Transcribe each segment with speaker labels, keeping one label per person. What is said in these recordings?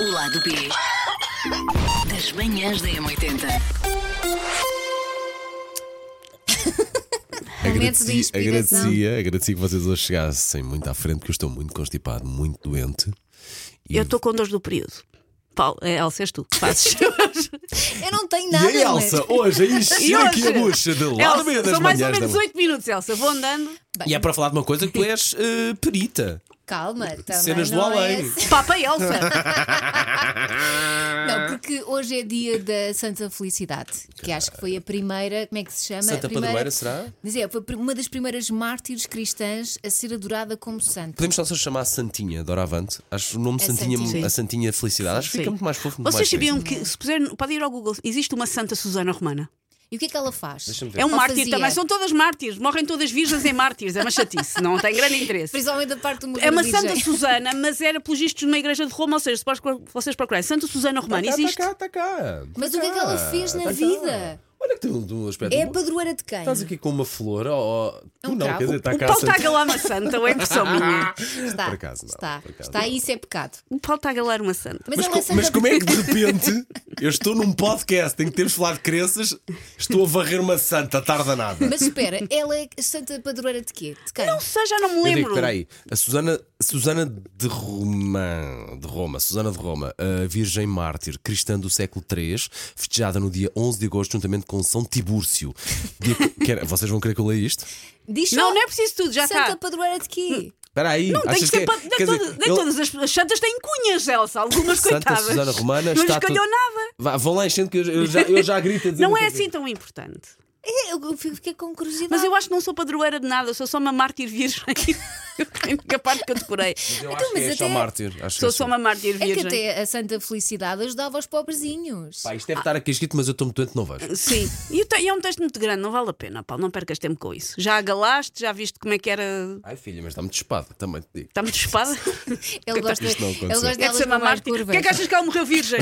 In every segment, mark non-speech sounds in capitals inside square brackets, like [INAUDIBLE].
Speaker 1: O lado B das manhãs da M80.
Speaker 2: Momentos de
Speaker 3: Agradeci-
Speaker 2: inspiração.
Speaker 3: agradecia, agradecia que vocês hoje chegassem muito à frente, porque eu estou muito constipado, muito doente. E
Speaker 4: Eu estou com dores do período. Paulo, é, Elsa, és tu.
Speaker 3: [LAUGHS]
Speaker 4: que Fazes.
Speaker 2: Eu não tenho
Speaker 3: E
Speaker 2: nada.
Speaker 3: a Elsa,
Speaker 2: [LAUGHS]
Speaker 3: hoje, a encher aqui a
Speaker 4: hoje?
Speaker 3: bucha de lá no meio
Speaker 4: Elsa,
Speaker 3: das
Speaker 4: são mais ou
Speaker 3: manhãs da
Speaker 4: menos 8 minutos, Elsa. Vou andando.
Speaker 3: E é para falar de uma coisa que tu és eh, perita.
Speaker 2: Calma, também.
Speaker 3: Cenas do
Speaker 2: não é
Speaker 3: além.
Speaker 2: esse-
Speaker 4: Papa Elsa.
Speaker 2: Não, porque hoje é dia da Santa Felicidade, que acho que foi a primeira. Como é que se chama?
Speaker 3: Santa
Speaker 2: a primeira,
Speaker 3: Padroeira, será?
Speaker 2: Mas é, foi uma das primeiras mártires cristãs a ser adorada como santa.
Speaker 3: Podemos só só chamar Santinha, Doravante. Acho o nome
Speaker 2: A
Speaker 3: Santinha,
Speaker 2: É Santinha.
Speaker 3: a Santinha Felicidade. Acho que [LAUGHS] fica
Speaker 4: Sim.
Speaker 3: muito mais fofo. muito
Speaker 4: Vocês
Speaker 3: mais querido.
Speaker 4: sabiam que, se puserem, podem ir ao Google, existe uma Santa Susana Romana.
Speaker 2: E o que é que ela faz?
Speaker 3: Deixa-me ver.
Speaker 4: É um
Speaker 2: Ou
Speaker 4: mártir
Speaker 2: fazia?
Speaker 4: também. São todas mártires. Morrem todas virgens em mártires. É uma chatice. Não tem grande interesse.
Speaker 2: Principalmente da parte do mundo
Speaker 4: É uma
Speaker 2: do
Speaker 4: Santa
Speaker 2: DJ.
Speaker 4: Susana, mas era pelos vistos numa igreja de Roma. Ou seja, se vocês procurarem Santa Susana Romana,
Speaker 3: Tá cá,
Speaker 4: existe.
Speaker 3: tá cá, tá cá.
Speaker 2: Mas
Speaker 3: Tá
Speaker 2: o que é que
Speaker 3: cá,
Speaker 2: ela fez na
Speaker 3: tá cá.
Speaker 2: vida?
Speaker 3: Olha que tem um, um aspecto.
Speaker 2: É a
Speaker 3: bom.
Speaker 2: padroeira de quem?
Speaker 3: Estás aqui com uma flor, ó. ó, tu
Speaker 2: um
Speaker 3: não,
Speaker 2: cravo.
Speaker 3: quer dizer, está Tá
Speaker 4: O
Speaker 3: cá
Speaker 4: Paulo
Speaker 3: a
Speaker 4: está a
Speaker 3: Santinha.
Speaker 4: galar uma santa, ou é
Speaker 3: [LAUGHS]
Speaker 4: impressão minha?
Speaker 2: Está,
Speaker 3: Por acaso não,
Speaker 2: está,
Speaker 3: por acaso
Speaker 2: está,
Speaker 3: não.
Speaker 2: isso é pecado.
Speaker 4: O Paulo está a galar uma santa.
Speaker 2: Mas,
Speaker 3: Mas,
Speaker 2: ela
Speaker 3: co-
Speaker 2: é santa
Speaker 3: mas como é
Speaker 2: de-
Speaker 3: que de
Speaker 4: [LAUGHS]
Speaker 3: repente eu estou num podcast em que temos de falar de crenças, estou a varrer uma santa tarda nada?
Speaker 2: Mas espera, ela é santa padroeira de quê? De quem?
Speaker 4: Não sei, já não me
Speaker 3: Eu digo,
Speaker 4: lembro.
Speaker 3: espera aí, a Susana, Susana de Roma, de Roma, Susana de Roma, a Virgem Mártir, cristã do século III, festejada no dia 11 de agosto juntamente com São Tibúrcio. Dia que- quer- vocês vão querer que eu leia isto?
Speaker 2: Diz só,
Speaker 4: Não, não é preciso tudo, já
Speaker 2: Santa
Speaker 4: está.
Speaker 2: padroeira de quê?
Speaker 3: Espera aí,
Speaker 4: Não, tem que
Speaker 3: achas
Speaker 4: ser
Speaker 3: é-
Speaker 4: para. Nem
Speaker 3: quer dizer,
Speaker 4: todas, nem
Speaker 3: ele-
Speaker 4: todas as, as santas têm cunhas, Elsa, algumas
Speaker 3: Santa
Speaker 4: coitadas.
Speaker 3: Susana Romana
Speaker 4: não
Speaker 3: está
Speaker 4: escolheu
Speaker 3: tudo-
Speaker 4: nada.
Speaker 3: Vá, vão lá enchendo que eu, eu já, eu já grito a dizer
Speaker 4: Não
Speaker 3: o que
Speaker 4: é
Speaker 3: eu
Speaker 4: assim tão importante.
Speaker 2: É, Eu fiquei com curiosidade.
Speaker 4: Mas eu acho que não sou padroeira de nada, sou só uma mártir virgem. [LAUGHS] que a parte que eu decorei.
Speaker 3: Eu
Speaker 2: Então,
Speaker 3: acho que
Speaker 2: mas
Speaker 3: é só
Speaker 2: até-
Speaker 3: mártir. Acho que
Speaker 4: Sou
Speaker 3: é
Speaker 4: só
Speaker 3: só.
Speaker 4: uma mártir
Speaker 2: É que
Speaker 4: virgem.
Speaker 2: até a Santa Felicidade ajudava os pobrezinhos.
Speaker 3: Pá, isto deve estar aqui escrito, mas eu estou muito doente, não vejo.
Speaker 4: Sim, e, o te- e é um texto muito grande, não vale a pena, Paulo, não percas tempo com isso. Já agalaste, já viste como é que era.
Speaker 3: Ai filha, mas está muito espada, também te
Speaker 4: [LAUGHS]
Speaker 3: digo.
Speaker 4: Está muito espada?
Speaker 2: [LAUGHS] Ele gosta,
Speaker 3: Isto não
Speaker 2: ele
Speaker 3: aconteceu.
Speaker 2: gosta
Speaker 4: É de
Speaker 2: delas
Speaker 4: ser uma
Speaker 2: mamar
Speaker 4: mártir.
Speaker 2: curvas.
Speaker 4: Porquê é que achas que ela morreu virgem?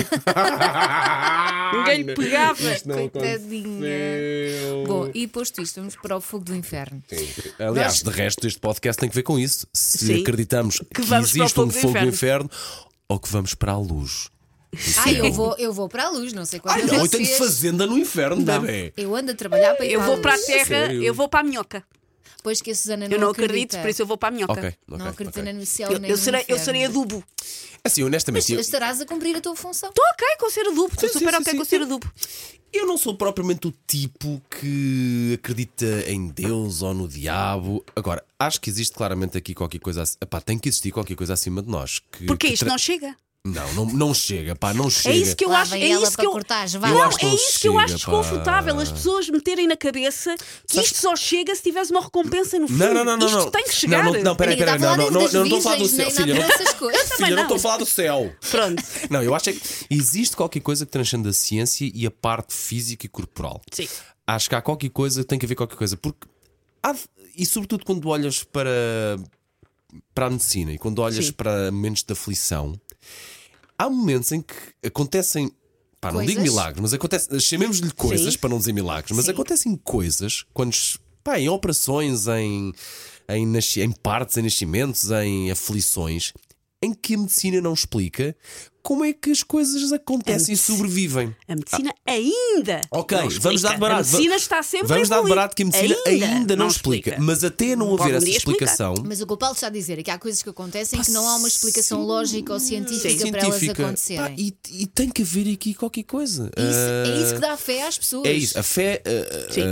Speaker 4: Ninguém lhe pegava.
Speaker 2: Coitadinha. Bom, e posto isto, vamos para o fogo do inferno. Nós-
Speaker 3: Aliás, de resto, este podcast tem que ver com isso. Se
Speaker 4: Sim.
Speaker 3: acreditamos que,
Speaker 4: vamos para o
Speaker 3: existe um
Speaker 4: fogo do
Speaker 3: fogo do inferno. ou que vamos para a luz. é.
Speaker 2: Ah, eu vou, eu vou para a luz, não sei quando
Speaker 3: Ai, não, eu tenho fazenda no inferno,
Speaker 4: Não.
Speaker 3: bebê.
Speaker 2: Eu ando a trabalhar para ir
Speaker 4: Eu vou para a
Speaker 2: luz.
Speaker 4: terra,
Speaker 3: Sério?
Speaker 4: eu vou para a minhoca.
Speaker 2: Pois que a Susana não
Speaker 4: Eu não
Speaker 2: acredita.
Speaker 4: acredito, por isso eu vou para a minhoca.
Speaker 3: Ok,
Speaker 2: Não
Speaker 3: ok.
Speaker 2: acredita
Speaker 3: ok.
Speaker 2: nem no céu,
Speaker 4: Eu,
Speaker 2: nem
Speaker 4: eu
Speaker 2: no
Speaker 4: serei, eu
Speaker 2: inferno.
Speaker 4: serei adubo.
Speaker 3: Assim, honestamente, eu,
Speaker 2: Estarás a cumprir a tua função.
Speaker 4: Estou ok com ser adubo, estou
Speaker 3: Sim, sim,
Speaker 4: super
Speaker 3: sim,
Speaker 4: ok
Speaker 3: sim,
Speaker 4: com
Speaker 3: sim.
Speaker 4: ser adubo.
Speaker 3: eu não sou propriamente o tipo que acredita em Deus ou no diabo. Agora, acho que existe claramente aqui qualquer coisa. ac- Epá, tem que existir qualquer coisa acima de nós. Que,
Speaker 4: Porque
Speaker 3: que
Speaker 4: isto
Speaker 3: tra-
Speaker 4: não chega.
Speaker 3: Não, não, não chega, pá, não chega.
Speaker 4: É isso que eu
Speaker 2: Lá
Speaker 4: acho.
Speaker 2: vem
Speaker 4: É
Speaker 2: ela
Speaker 4: isso
Speaker 2: para
Speaker 4: que eu...
Speaker 2: cortar, vá.
Speaker 4: Não,
Speaker 2: Eu
Speaker 4: é
Speaker 3: acho que não
Speaker 4: isso que eu
Speaker 3: chega,
Speaker 4: acho
Speaker 3: pá.
Speaker 4: desconfortável. As pessoas meterem na cabeça que isto só chega se tivesse uma recompensa no fim.
Speaker 3: Não, não, não, não.
Speaker 4: Isto
Speaker 3: não.
Speaker 4: tem que chegar.
Speaker 3: Não, não, não peraí,
Speaker 2: Ninguém
Speaker 3: peraí,
Speaker 2: está a
Speaker 3: não,
Speaker 2: falar
Speaker 3: não, não,
Speaker 2: das
Speaker 3: não estou a falar do
Speaker 2: virgens, nem
Speaker 3: céu, filha.
Speaker 2: nada
Speaker 3: Não, tô-
Speaker 2: dessas coisas.
Speaker 3: filha,
Speaker 4: Também
Speaker 3: não estou a
Speaker 4: não.
Speaker 3: falar do céu.
Speaker 4: Pronto.
Speaker 3: Não, eu acho é que existe qualquer coisa que transcende a ciência e a parte física e corporal.
Speaker 4: Sim.
Speaker 3: Acho que há qualquer coisa, tem que haver qualquer coisa. Porque há, e sobretudo quando olhas para, para a medicina e quando olhas
Speaker 4: Sim.
Speaker 3: para momentos de aflição, há momentos em que acontecem. Pá, não digo
Speaker 2: Coisas?
Speaker 3: milagres, mas acontece. Chamemos-lhe coisas, para não dizer milagres, mas
Speaker 2: Sim.
Speaker 3: acontecem coisas quando. es- Pá, em operações, em, em, nasci- em partes, em nascimentos, em aflições, em que a medicina não explica como é que as coisas acontecem e sobrevivem.
Speaker 4: A medicina ainda.
Speaker 3: Ok,
Speaker 4: não
Speaker 3: vamos
Speaker 4: explica.
Speaker 3: dar de barato.
Speaker 4: A medicina está sempre
Speaker 3: Vamos
Speaker 4: a
Speaker 3: dar de
Speaker 4: evoluir.
Speaker 3: barato que a medicina ainda, não, explica. Mas até não
Speaker 4: Pode
Speaker 3: haver
Speaker 4: um
Speaker 3: essa
Speaker 4: dia explicar.
Speaker 3: explicação.
Speaker 2: Mas o que o Paulo está a dizer é que há coisas que acontecem que não há uma explicação
Speaker 3: Sim.
Speaker 2: lógica ou científica, para elas
Speaker 3: Científica.
Speaker 2: acontecerem.
Speaker 3: Pá, e, e tem que haver aqui qualquer coisa.
Speaker 2: Isso-
Speaker 3: Ah,
Speaker 2: é isso que dá fé às pessoas.
Speaker 3: É isso, a fé ah, ah,
Speaker 4: Sim.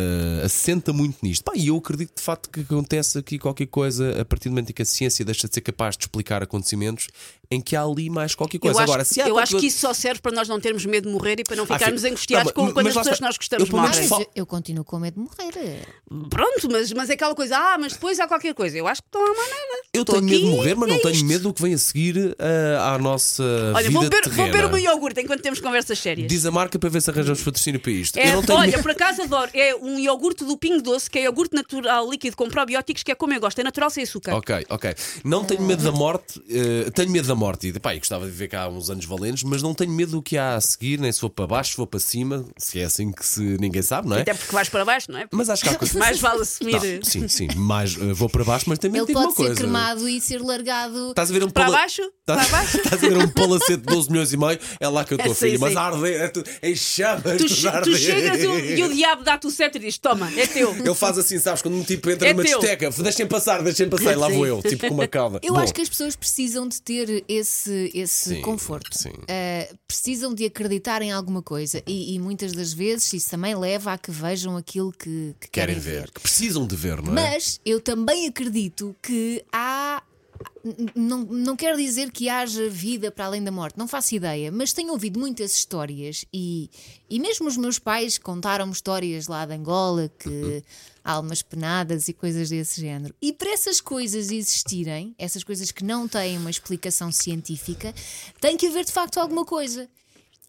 Speaker 3: ah, assenta muito nisto. Pá, e eu acredito de facto que acontece aqui qualquer coisa a partir do momento em que a ciência deixa de ser capaz de explicar acontecimentos em que há ali mais qualquer
Speaker 4: Eu
Speaker 3: coisa.
Speaker 4: acho,
Speaker 3: Agora, se há
Speaker 4: eu
Speaker 3: qualquer
Speaker 4: acho que
Speaker 3: coisa- Ah,
Speaker 4: isso só serve para nós não termos medo de morrer e para não
Speaker 3: filho,
Speaker 4: ficarmos
Speaker 3: não,
Speaker 4: angustiados
Speaker 3: mas-
Speaker 4: com quando
Speaker 3: mas
Speaker 4: as
Speaker 3: lá
Speaker 4: pessoas que
Speaker 3: está.
Speaker 4: nós gostamos
Speaker 3: Eu pelo menos
Speaker 2: Ah,
Speaker 4: morrem.
Speaker 2: mas
Speaker 3: fal-
Speaker 2: eu- eu continuo com medo de morrer.
Speaker 4: Pronto, mas, mas é aquela coisa, ah, mas depois há qualquer coisa. Eu acho que estão à maneira.
Speaker 3: Eu
Speaker 4: Estou
Speaker 3: tenho medo de
Speaker 4: aqui,
Speaker 3: morrer, mas
Speaker 4: é
Speaker 3: não tenho
Speaker 4: isto.
Speaker 3: medo do que vem a seguir ah, à nossa
Speaker 4: Olha,
Speaker 3: vida
Speaker 4: vou beber, vou
Speaker 3: terrena.
Speaker 4: beber o meu iogurte enquanto temos conversas sérias.
Speaker 3: Diz a marca para ver se arranjamos patrocínio para isto.
Speaker 4: É,
Speaker 3: eu não tenho
Speaker 4: olha,
Speaker 3: medo.
Speaker 4: por acaso adoro. É um iogurte do Pingo Doce, que é iogurte natural líquido com probióticos, que é como eu gosto,
Speaker 3: [LAUGHS]
Speaker 4: é natural sem açúcar.
Speaker 3: Ok, ok. Não tenho medo da morte. eh, tenho medo da morte. E, pá, eu gostava de viver cá há uns anos valentes, mas não tenho medo do que há a seguir, nem se for para baixo, se for para cima, se é assim que se ninguém sabe, não é?
Speaker 4: Até porque vais para baixo, não é?
Speaker 3: Mas
Speaker 4: [LAUGHS]
Speaker 3: acho que há coisas.
Speaker 4: Então, Mais vale assumir.
Speaker 3: Não, sim, sim, mais, eh, vou para baixo, mas também
Speaker 2: Ele
Speaker 3: digo uma
Speaker 2: pode ser
Speaker 3: coisa.
Speaker 2: cremado e ser largado.
Speaker 3: Estás a ver um
Speaker 4: Para
Speaker 3: pala-
Speaker 4: baixo?
Speaker 3: Estás, [LAUGHS]
Speaker 4: Para baixo?
Speaker 3: estás a ver um palacete de 12 milhões e meio? É lá que eu estou,
Speaker 4: É, [LAUGHS] sim,
Speaker 3: filho. Mas
Speaker 4: sim.
Speaker 3: a arder, é tu- em chamas,
Speaker 4: Tu,
Speaker 3: tudo
Speaker 4: che-
Speaker 3: a
Speaker 4: tu
Speaker 3: arder.
Speaker 4: chegas e o, e
Speaker 3: [LAUGHS]
Speaker 4: o diabo dá-te o cetro e diz: Toma, é teu.
Speaker 3: Ele faz assim, sabes, quando um tipo entra
Speaker 4: É
Speaker 3: numa
Speaker 4: teu.
Speaker 3: discoteca, deixem passar, deixem passar, e lá
Speaker 4: Sim.
Speaker 3: vou eu, tipo com uma calda.
Speaker 2: Eu
Speaker 3: Bom,
Speaker 2: acho que as pessoas precisam de ter esse, esse
Speaker 3: Sim,
Speaker 2: conforto.
Speaker 3: sim.
Speaker 2: Uh, precisam de acreditar em alguma coisa. E, e muitas das vezes isso também leva a que vejam aquilo que, que
Speaker 3: querem ver, que precisam de ver, não é?
Speaker 2: Mas eu também acredito que há. n- Não, não quero dizer que haja vida para além da morte, não faço ideia, mas tenho ouvido muitas histórias e, e mesmo os meus pais contaram-me histórias lá de Angola, que há almas penadas e coisas desse género. E para essas coisas existirem, essas coisas que não têm uma explicação científica, tem que haver de facto alguma coisa.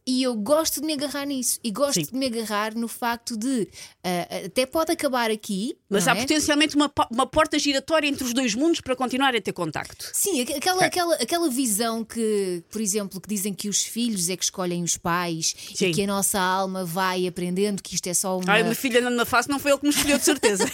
Speaker 2: E eu gosto de me agarrar nisso e gosto de me agarrar no facto de ah, até pode acabar aqui,
Speaker 4: Mas
Speaker 2: não
Speaker 4: há
Speaker 2: é?
Speaker 4: potencialmente uma, po- uma porta giratória entre os dois mundos para continuar a ter contacto.
Speaker 2: Sim, aqu- aquela, aquela, aquela visão que, por exemplo, que dizem que os filhos é que escolhem os pais
Speaker 4: Sim.
Speaker 2: e que a nossa alma vai aprendendo que isto é só uma.
Speaker 4: Ai, minha filha andando na face, não foi ele que me escolheu, de certeza.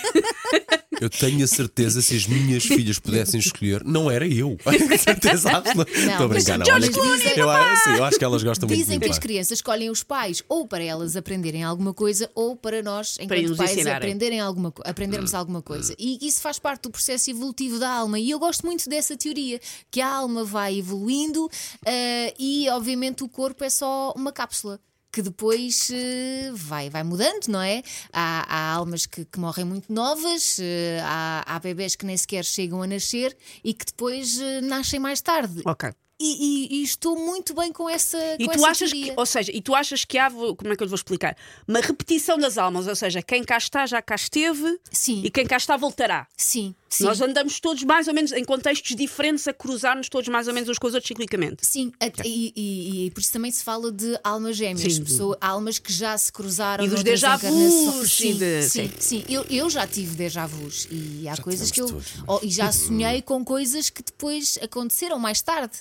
Speaker 3: Eu tenho a certeza, se as minhas filhas pudessem escolher, não
Speaker 2: [LAUGHS]
Speaker 3: era eu. Com certeza absoluta. Estou a
Speaker 2: mas
Speaker 3: brincar, não.
Speaker 2: George
Speaker 3: olha,
Speaker 2: Clooney,
Speaker 3: eu, acho- sim, eu acho que elas gostam muito
Speaker 2: Dizem
Speaker 3: de mim,
Speaker 2: que as
Speaker 3: pá.
Speaker 2: crianças escolhem os pais ou para elas aprenderem alguma coisa ou para nós, enquanto
Speaker 4: nos
Speaker 2: pais,
Speaker 4: ensinarem.
Speaker 2: aprenderem alguma, co- aprendermos
Speaker 3: Hum,
Speaker 2: alguma coisa. E isso faz parte do processo evolutivo da alma. E eu gosto muito dessa teoria, que a alma vai evoluindo ah, e, obviamente, o corpo é só uma cápsula. Que depois eh, vai, vai mudando, não é? Há, há almas que, que morrem muito novas, eh, há, há bebés que nem sequer chegam a nascer e que depois eh, nascem mais tarde.
Speaker 4: ok.
Speaker 2: E, e- e estou muito bem com essa.
Speaker 4: E
Speaker 2: com
Speaker 4: tu
Speaker 2: essa
Speaker 4: achas que,
Speaker 2: teoria.
Speaker 4: ou seja, e tu achas que há, vou- como é que eu lhe vou explicar? Uma repetição das almas, ou seja, quem cá está já cá esteve
Speaker 2: Sim.
Speaker 4: e quem cá está voltará.
Speaker 2: Sim, sim.
Speaker 4: Nós andamos todos mais ou menos em contextos diferentes a cruzar-nos todos mais ou menos uns com os outros ciclicamente.
Speaker 2: Sim, até- e, e- e por isso também se fala de almas gêmeas,
Speaker 4: Sim.
Speaker 2: pessoa- almas que já se cruzaram
Speaker 4: E dos
Speaker 2: noutras
Speaker 4: déjà vus
Speaker 2: encarnações.
Speaker 4: e
Speaker 2: Sim,
Speaker 4: de-
Speaker 2: sim, sim. Eu, eu já tive déjà vus e há coisas que eu.
Speaker 3: tivemos todos,
Speaker 2: oh, e já sonhei com coisas que depois aconteceram mais tarde.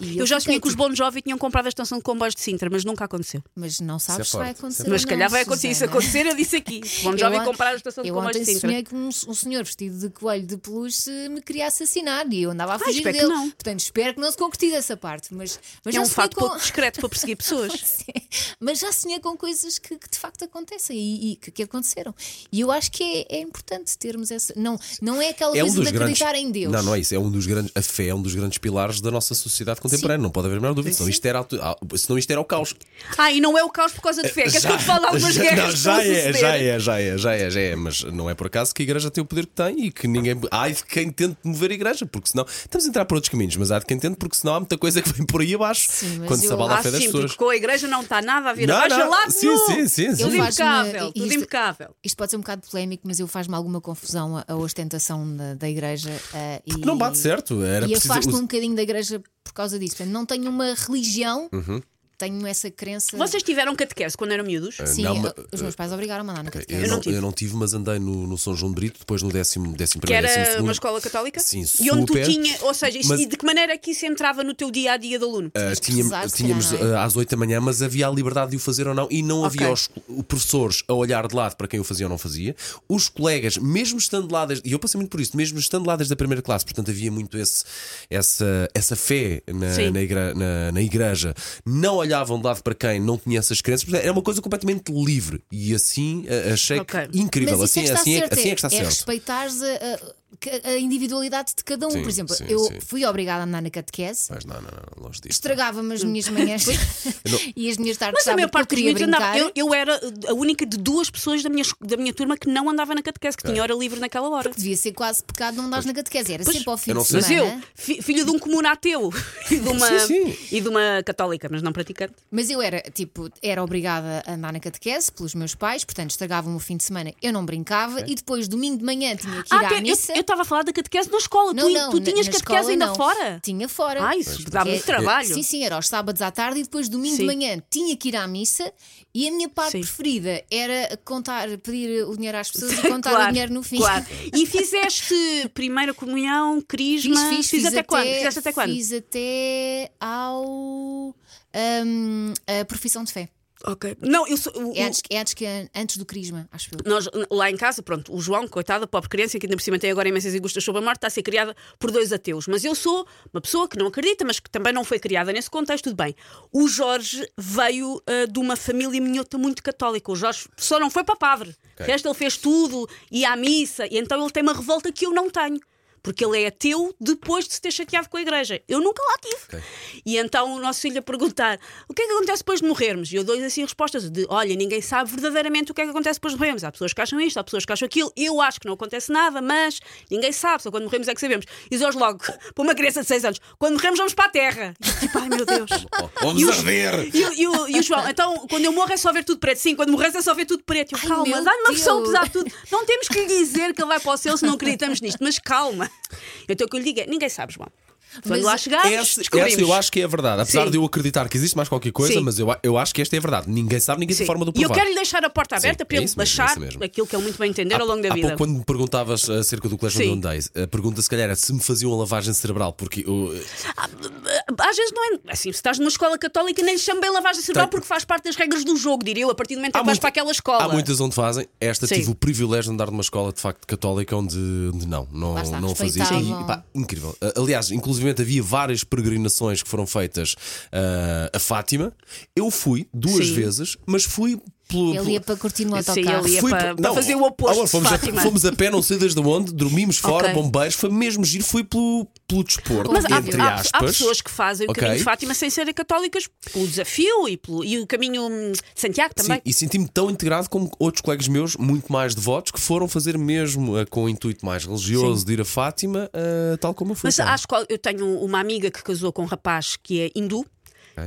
Speaker 2: E
Speaker 4: Eu já
Speaker 2: fiquei
Speaker 4: sonhei que os
Speaker 2: tipo,
Speaker 4: Bon Jovi tinham comprado a estação de comboios de Sintra, mas nunca aconteceu.
Speaker 2: Mas não sabes se vai
Speaker 3: forte, isso é
Speaker 2: acontecer.
Speaker 4: Mas
Speaker 2: ou
Speaker 4: se calhar
Speaker 2: não,
Speaker 4: vai acontecer. Isso
Speaker 2: Susana.
Speaker 4: acontecer, eu disse aqui. O Bon Jovi
Speaker 2: on-
Speaker 4: compraram a estação de
Speaker 2: eu
Speaker 4: comboios
Speaker 2: ontem
Speaker 4: de Sintra.
Speaker 2: sonhei que um, um senhor vestido de coelho de peluche me queria assassinar e eu andava a fugir
Speaker 4: Ah, espero que
Speaker 2: dele.
Speaker 4: não.
Speaker 2: Portanto, espero que não se concretize essa parte. Mas, mas
Speaker 4: É
Speaker 2: já
Speaker 4: um
Speaker 2: sonhei
Speaker 4: fato
Speaker 2: com-
Speaker 4: pouco discreto para perseguir pessoas.
Speaker 2: [LAUGHS] Sim, mas já sonhei com coisas que, que de facto acontecem e, e que, que aconteceram. E eu acho que é, é importante termos essa. Não, não é aquela
Speaker 3: É um
Speaker 2: coisa
Speaker 3: dos
Speaker 2: de
Speaker 3: grandes.
Speaker 2: acreditar em Deus.
Speaker 3: Não, não é isso. É um dos grandes. A fé é um dos grandes pilares da nossa sociedade contemporânea. Não pode haver a menor dúvida. Senão isto, era, auto- ah, senão isto era o caos.
Speaker 4: Ah, e não é o caos por causa de
Speaker 2: Eh,
Speaker 4: fé. [LAUGHS] Queres que eu te fale algumas
Speaker 3: já,
Speaker 4: guerras?
Speaker 3: não, já
Speaker 4: que vão
Speaker 3: é,
Speaker 4: suceder?
Speaker 3: já é, já é, já é, já é. Mas não é por acaso que a igreja tem o poder que tem e que ninguém. Há de quem tente mover a igreja, porque senão. Estamos a entrar por outros caminhos, mas há de quem tente, porque senão há muita coisa que vem por aí abaixo
Speaker 2: Sim, mas
Speaker 3: quando se
Speaker 2: eu-
Speaker 3: abala a
Speaker 4: Ah,
Speaker 3: fé das
Speaker 4: sim,
Speaker 3: pessoas.
Speaker 4: porque com a igreja não está nada a ver.
Speaker 3: Não,
Speaker 4: Abaixa
Speaker 3: não.
Speaker 4: lá de
Speaker 3: Sim,
Speaker 4: novo.
Speaker 3: sim, sim, sim.
Speaker 4: Tudo
Speaker 2: Eu faço-me-
Speaker 4: impecável, tudo
Speaker 2: isto- é
Speaker 4: impecável.
Speaker 2: Isto pode ser um bocado polémico, mas eu faz-me alguma confusão a, a ostentação da, da igreja. ah, e,
Speaker 3: Não bate certo. Era
Speaker 2: E
Speaker 3: preciso.
Speaker 2: afasto-me um bocadinho da igreja por causa disso. Portanto, não tenho uma religião,
Speaker 3: Uhum.
Speaker 2: tenho essa crença.
Speaker 4: Vocês tiveram catequese quando eram miúdos?
Speaker 2: Sim,
Speaker 3: Não, mas- eh,
Speaker 2: os meus pais obrigaram-me a andar na
Speaker 3: Eu,
Speaker 2: catequese.
Speaker 4: Eu não
Speaker 3: não,
Speaker 4: tive.
Speaker 3: eu não tive, mas andei no, no São João de Brito, depois no décimo, décimo
Speaker 4: Que
Speaker 3: primeiro, décimo
Speaker 4: era
Speaker 3: segundo.
Speaker 4: uma escola católica?
Speaker 3: Sim,
Speaker 4: E onde tu
Speaker 3: super.
Speaker 4: tinha, ou seja, isto-
Speaker 3: Mas-
Speaker 4: e de que maneira é que isso entrava no teu dia a dia de aluno?
Speaker 3: Ah,
Speaker 2: que
Speaker 3: tínhamos
Speaker 2: precisar, se
Speaker 3: tínhamos,
Speaker 2: calhar, não é?
Speaker 3: ah, às 8 da manhã, mas havia a liberdade de o fazer ou não, e não
Speaker 4: Ok.
Speaker 3: havia os o- professores a olhar de lado para quem o fazia ou não fazia. Os colegas, mesmo estando lá, desde, e eu passei muito por isso, mesmo estando lá desde a primeira classe, portanto havia muito esse, essa, essa fé
Speaker 4: Sim.
Speaker 3: na, na, igre- na- na igreja, não olhavam de lado para quem não tinha essas crenças, portanto, era uma coisa completamente livre, e assim ah, achei
Speaker 4: Ok.
Speaker 3: que incrível.
Speaker 2: Mas isso
Speaker 3: assim,
Speaker 2: é que está
Speaker 3: assim,
Speaker 2: certo,
Speaker 3: é, assim é que está certo.
Speaker 2: respeitares a, a- que- a individualidade de cada um.
Speaker 3: Sim,
Speaker 2: Por exemplo,
Speaker 3: sim,
Speaker 2: eu
Speaker 3: sim.
Speaker 2: fui obrigada a andar na catequese,
Speaker 3: Mas não, não, não, longe disso.
Speaker 2: estragava-me as
Speaker 4: [LAUGHS]
Speaker 2: minhas manhãs [LAUGHS] e as minhas tardes
Speaker 4: Mas a
Speaker 2: sabe,
Speaker 4: maior
Speaker 2: porque eu
Speaker 4: parte dos
Speaker 2: queria
Speaker 4: miúdos andava.
Speaker 2: brincar.
Speaker 4: Eu, eu era a única de duas pessoas da minha, es- da minha turma que não andava na catequese,
Speaker 3: É.
Speaker 4: que tinha hora livre naquela hora.
Speaker 2: Devia ser quase pecado não andares na catequese, era sempre ao fim
Speaker 3: eu não
Speaker 2: de
Speaker 3: sei
Speaker 4: Mas
Speaker 2: semana.
Speaker 4: eu, fi- filha de um comum ateu [LAUGHS] e de uma,
Speaker 3: Sim,
Speaker 4: E de uma católica, mas não praticante.
Speaker 2: Mas eu era, tipo, era obrigada a andar na catequese pelos meus pais, portanto estragavam o fim de semana, eu não brincava e depois domingo de manhã tinha que ir
Speaker 4: Ah,
Speaker 2: à
Speaker 4: pera, eu
Speaker 2: missa.
Speaker 4: eu estava a falar da catequese na escola.
Speaker 2: não,
Speaker 4: tu,
Speaker 2: não,
Speaker 4: tu
Speaker 2: na-
Speaker 4: tinhas
Speaker 2: na
Speaker 4: catequese
Speaker 2: escola
Speaker 4: ainda
Speaker 2: não.
Speaker 4: fora?
Speaker 2: Tinha fora.
Speaker 4: Ah, isso dá muito
Speaker 2: É-
Speaker 4: trabalho. [LAUGHS]
Speaker 2: Sim, sim, era aos sábados à tarde e depois domingo
Speaker 4: Sim.
Speaker 2: de manhã tinha que ir à missa e a minha parte
Speaker 4: Sim.
Speaker 2: preferida era contar, pedir o dinheiro às pessoas e contar
Speaker 4: Claro,
Speaker 2: o dinheiro no fim. [LAUGHS]
Speaker 4: Claro. E fizeste primeira comunhão, crisma?
Speaker 2: Fiz, fiz,
Speaker 4: Fiz até quando?
Speaker 2: até
Speaker 4: Fizeste até quando?
Speaker 2: Fiz até é ao. hum, a profissão de fé.
Speaker 4: Ok. Não, eu sou. o-
Speaker 2: É antes, é antes, que, antes do Crisma, acho eu.
Speaker 4: Nós, lá em casa, pronto, o João, coitado, a pobre criança, que ainda por cima tem agora imensas angústias sobre a morte, está a ser criada por dois ateus. Mas eu sou uma pessoa que não acredita, mas que também não foi criada nesse contexto, tudo bem. O Jorge veio ah, de uma família minhota muito católica. O Jorge só não foi para padre. O resto ele fez tudo, ia à missa, e então ele tem uma revolta que eu não tenho. Porque ele é ateu depois de se ter chateado com a igreja. Eu nunca lá tive. E então o nosso filho a perguntar: o que é que acontece depois de morrermos? E eu dou-lhe assim respostas: de olha, ninguém sabe verdadeiramente o que é que acontece depois de morrermos. Há pessoas que acham isto, há pessoas que acham aquilo. Eu acho que não acontece nada, mas ninguém sabe, só quando morremos é que sabemos. E hoje logo, [LAUGHS] para uma criança de 6 anos: quando morremos vamos para a terra. E eu, tipo, ai meu Deus.
Speaker 2: [LAUGHS]
Speaker 3: Vamos a ver!
Speaker 4: E, o- e o- e o João, então quando eu morro é só ver tudo preto. Sim, quando morres é só ver tudo preto. Eu,
Speaker 2: Ai,
Speaker 4: calma,
Speaker 2: meu
Speaker 4: dá-lhe uma versão
Speaker 2: Deus.
Speaker 4: pesada de tudo. Não temos que lhe dizer que ele vai para o céu se não acreditamos nisto, mas calma. Então o que eu lhe digo é: ninguém sabe, João. Quando
Speaker 2: Mas
Speaker 4: lá chegares,
Speaker 3: Essa,
Speaker 4: Ah, descobrimos.
Speaker 3: essa eu acho que é a verdade. Apesar
Speaker 4: Sim.
Speaker 3: de eu acreditar que existe mais qualquer coisa,
Speaker 4: Sim.
Speaker 3: mas eu, a- eu acho que esta é a verdade. Ninguém sabe, ninguém tem
Speaker 4: Sim.
Speaker 3: forma de o
Speaker 4: E eu
Speaker 3: provar.
Speaker 4: quero lhe deixar a porta aberta
Speaker 3: Sim,
Speaker 4: para
Speaker 3: é
Speaker 4: ele
Speaker 3: isso mesmo, é
Speaker 4: achar
Speaker 3: isso mesmo.
Speaker 4: aquilo que ele muito bem entender ao longo da
Speaker 3: Há
Speaker 4: vida.
Speaker 3: pouco, quando me perguntavas acerca do colégio onde eu
Speaker 4: Sim.
Speaker 3: andei, a pergunta se calhar era se me faziam a lavagem cerebral, porque eu, eh,
Speaker 4: É Às vezes não é. Assim, se estás numa escola católica, nem lhe chamo bem lavagem cerebral
Speaker 3: Tem-
Speaker 4: porque faz parte das regras do jogo, diria eu, a partir do momento em que vais
Speaker 3: muita-
Speaker 4: para aquela escola.
Speaker 3: Há muitas onde fazem. Esta
Speaker 4: Sim.
Speaker 3: tive o privilégio de andar numa escola de facto católica onde, onde não, não,
Speaker 2: Lá está,
Speaker 3: não fazia. E,
Speaker 2: respeitavam.
Speaker 3: pá, incrível. Ah, Aliás, inclusive havia várias peregrinações que foram feitas ah, a Fátima. Eu fui duas
Speaker 4: Sim.
Speaker 3: vezes, mas fui pelo.
Speaker 2: Ele ia para curtir no
Speaker 4: Sim,
Speaker 2: autocarro.
Speaker 4: ele ia-
Speaker 3: Fui
Speaker 4: para-
Speaker 3: pelo-
Speaker 4: para fazer o oposto
Speaker 3: Agora,
Speaker 4: de
Speaker 3: fomos, a,
Speaker 4: Fátima.
Speaker 3: fomos a pé, não sei desde onde, dormimos fora,
Speaker 4: Ok.
Speaker 3: bombeiros, foi mesmo giro, fui pelo, pelo desporto,
Speaker 4: Mas há,
Speaker 3: entre
Speaker 4: há- há
Speaker 3: aspas.
Speaker 4: pessoas que fazem o
Speaker 3: Ok.
Speaker 4: caminho de Fátima sem serem católicas pelo desafio e, pelo, e o caminho hum, de Santiago também.
Speaker 3: Sim, e senti-me tão integrado como outros colegas meus, muito mais devotos, que foram fazer mesmo eh, com o intuito mais religioso de ir a Fátima, eh, tal como eu fui.
Speaker 4: Mas
Speaker 3: Então,
Speaker 4: acho que eu tenho uma amiga que casou com um rapaz que é hindu.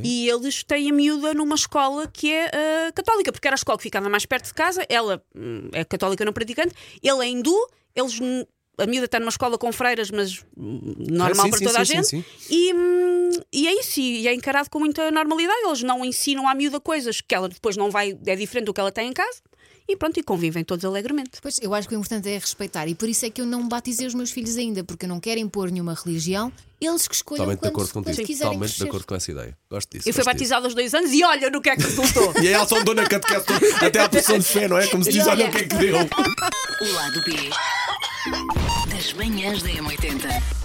Speaker 4: E eles têm a miúda numa escola que é ah, católica, porque era a escola que ficava mais perto de casa. Ela hum, é católica não praticante, ele é hindu, eles. hum, A miúda está numa escola com freiras, mas hum, normal
Speaker 3: Ah, sim,
Speaker 4: para
Speaker 3: sim,
Speaker 4: toda a
Speaker 3: sim,
Speaker 4: gente.
Speaker 3: sim,
Speaker 4: E, hum, e é isso, e é encarado com muita normalidade. Eles não ensinam à miúda coisas que ela depois não vai, é diferente do que ela tem em casa. E pronto, e convivem todos alegremente.
Speaker 2: Pois, eu acho que o importante é respeitar. E por isso é que eu não batizei os meus filhos ainda, porque eu não quero impor nenhuma religião. Eles que escolham
Speaker 3: Totalmente de
Speaker 2: quando,
Speaker 3: acordo
Speaker 2: quando
Speaker 3: contigo.
Speaker 2: quiserem
Speaker 3: Totalmente de
Speaker 2: crescer.
Speaker 3: acordo com essa ideia. Gosto disso.
Speaker 4: Eu fui
Speaker 3: gosto disso.
Speaker 4: batizada aos dois anos e olha no que é que resultou.
Speaker 3: E aí ela só dona
Speaker 4: [LAUGHS]
Speaker 3: catequese, até à pressão de fé, não é? Como se diz, olha o que é que deu.
Speaker 1: O lado B das manhãs da M80.